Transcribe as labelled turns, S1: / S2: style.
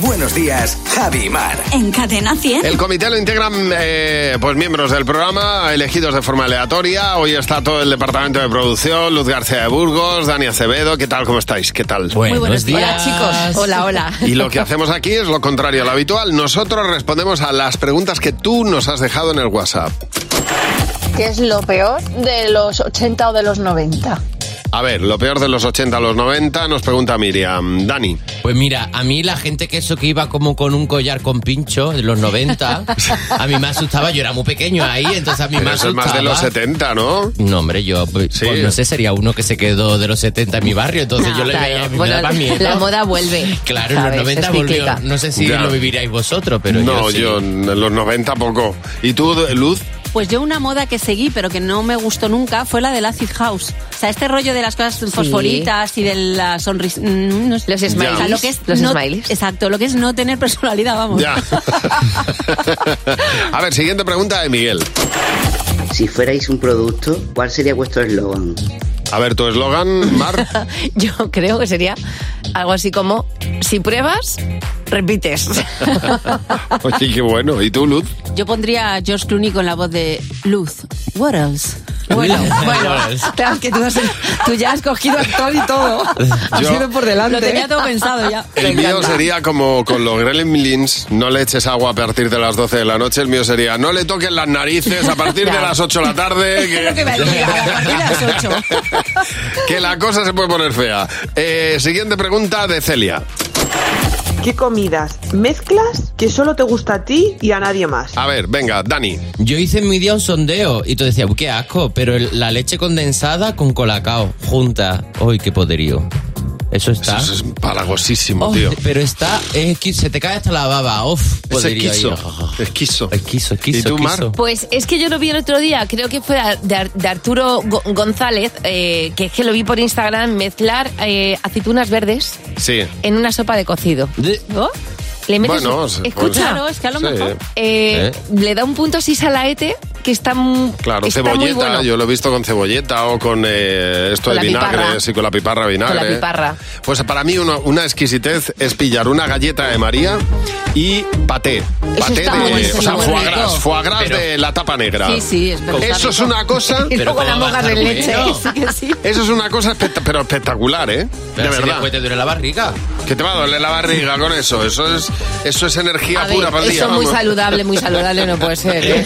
S1: Buenos días, Javi y Mar.
S2: En Cadena 100.
S3: El comité lo integran eh, pues miembros del programa, elegidos de forma aleatoria. Hoy está todo el departamento de producción, Luz García de Burgos, Dani Acevedo. ¿Qué tal? ¿Cómo estáis? ¿Qué tal?
S2: Muy buenos días. Hola, chicos. Hola, hola.
S3: Y lo que hacemos aquí es lo contrario a lo habitual. Nosotros respondemos a las preguntas que tú nos has dejado en el WhatsApp.
S4: ¿Qué es lo peor de los 80 o de los 90?
S3: A ver, lo peor de los 80 a los 90, nos pregunta Miriam. Dani.
S5: Pues mira, a mí la gente que eso que iba como con un collar con pincho de los 90, a mí me asustaba, yo era muy pequeño ahí, entonces a mí me
S3: Pero eso es
S5: asustaba.
S3: más de los 70, ¿no?
S5: No, hombre, yo pues,
S3: Sí.
S5: pues, no sé, sería uno que se quedó de los 70 en mi barrio, entonces yo le
S6: claro.
S5: veía a mí me
S6: Bueno,
S5: daba miedo.
S6: la moda vuelve.
S5: Claro, en
S6: ¿sabes?
S5: los 90
S6: Es
S5: volvió.
S6: cíclica.
S5: No sé si
S3: Ya.
S5: lo viviríais vosotros, pero
S3: no,
S5: yo, sí.
S3: yo en los 90 poco. ¿Y tú, Luz?
S7: Pues yo una moda que seguí pero que no me gustó nunca fue la del acid house. O sea, este rollo de las cosas fosforitas y de la sonrisa... mm, no sé.
S6: Los smileys,
S7: O sea, lo que es
S6: los
S7: no-
S6: smileys.
S7: Exacto, lo que es no tener personalidad, vamos.
S3: Ya. a ver, siguiente pregunta de Miguel.
S8: Si fuerais un producto, ¿cuál sería vuestro eslogan?
S3: A ver, tu eslogan, Mar.
S6: Yo creo que sería algo así como, si pruebas, repites.
S3: Oye, qué bueno. ¿Y tú, Luz?
S7: Yo pondría a George Clooney con la voz de Luz. What else?
S6: Bueno, bueno,
S5: Pues.
S6: claro, es que tú, has- tú ya has cogido actor y todo. Has
S3: Yo-
S6: ido por
S7: Lo
S6: delante.
S7: tenía todo pensado ya.
S3: El mío sería como con los gremlins, no le eches agua a partir de las 12 de la noche. El mío sería, no le toques las narices a partir de
S6: Ya.
S3: las 8 de la tarde. Que...
S7: lo que iba a decir, a partir de las 8.
S3: que la cosa se puede poner fea. Eh, siguiente pregunta de Celia.
S9: ¿Qué comidas mezclas que solo te gusta a ti y a nadie más?
S3: A ver, venga, Dani.
S5: Yo hice en mi día un sondeo y tú decías, "Uy, qué asco, pero el- la leche condensada con colacao junta. ¡Uy, qué poderío! Eso
S3: Eso,
S5: está.
S3: es palagosísimo,
S5: Oh,
S3: tío.
S5: pero está, es que se te cae hasta la baba. Uf,
S3: Es
S5: poderío.
S3: esquizo.
S5: ahí.
S3: Esquizo.
S5: Esquizo, esquizo.
S3: ¿Y tú, Mar?
S5: esquizo.
S6: Pues es que yo lo vi el otro día, creo que fue de, Ar- de Arturo Go- González, eh, que es que lo vi por Instagram mezclar eh, aceitunas verdes
S3: Sí.
S6: en una sopa de cocido.
S5: De-
S6: ¿No? Le metes
S3: Bueno,
S6: un-
S3: se-
S6: escucha,
S7: Claro, es que a lo
S3: Sí.
S7: mejor...
S6: eh, le da un punto así salaete que está, mu-
S3: Claro,
S6: está muy
S3: cebolleta,
S6: bueno.
S3: yo lo he visto con cebolleta o con eh, esto
S6: Con
S3: de
S6: la
S3: vinagre,
S6: piparra.
S3: sí, con la piparra de vinagre.
S6: Con la piparra.
S3: Pues para mí uno- una exquisitez es pillar una galleta de María y paté. Paté
S6: está muy
S3: de,
S6: bueno,
S3: o sea,
S6: muy
S3: foie
S6: rico.
S3: gras, foie gras
S5: Pero-
S3: de la tapa negra.
S7: Sí, sí, es verdad.
S3: Eso es una cosa,
S6: Y luego
S5: ¿cómo
S6: la
S5: va a
S6: mojas
S5: estar
S6: en leche.
S5: bueno?
S6: Sí que sí.
S3: eso es una cosa espect- pero espectacular, ¿eh?
S5: Pero
S3: de
S5: si
S3: verdad.
S5: después te duele la barriga.
S3: Que te va a doler la barriga con eso. Eso es eso es energía
S6: A ver,
S3: pura para el día.
S6: eso muy
S3: vamos.
S6: saludable, muy saludable no puede ser. ¿eh?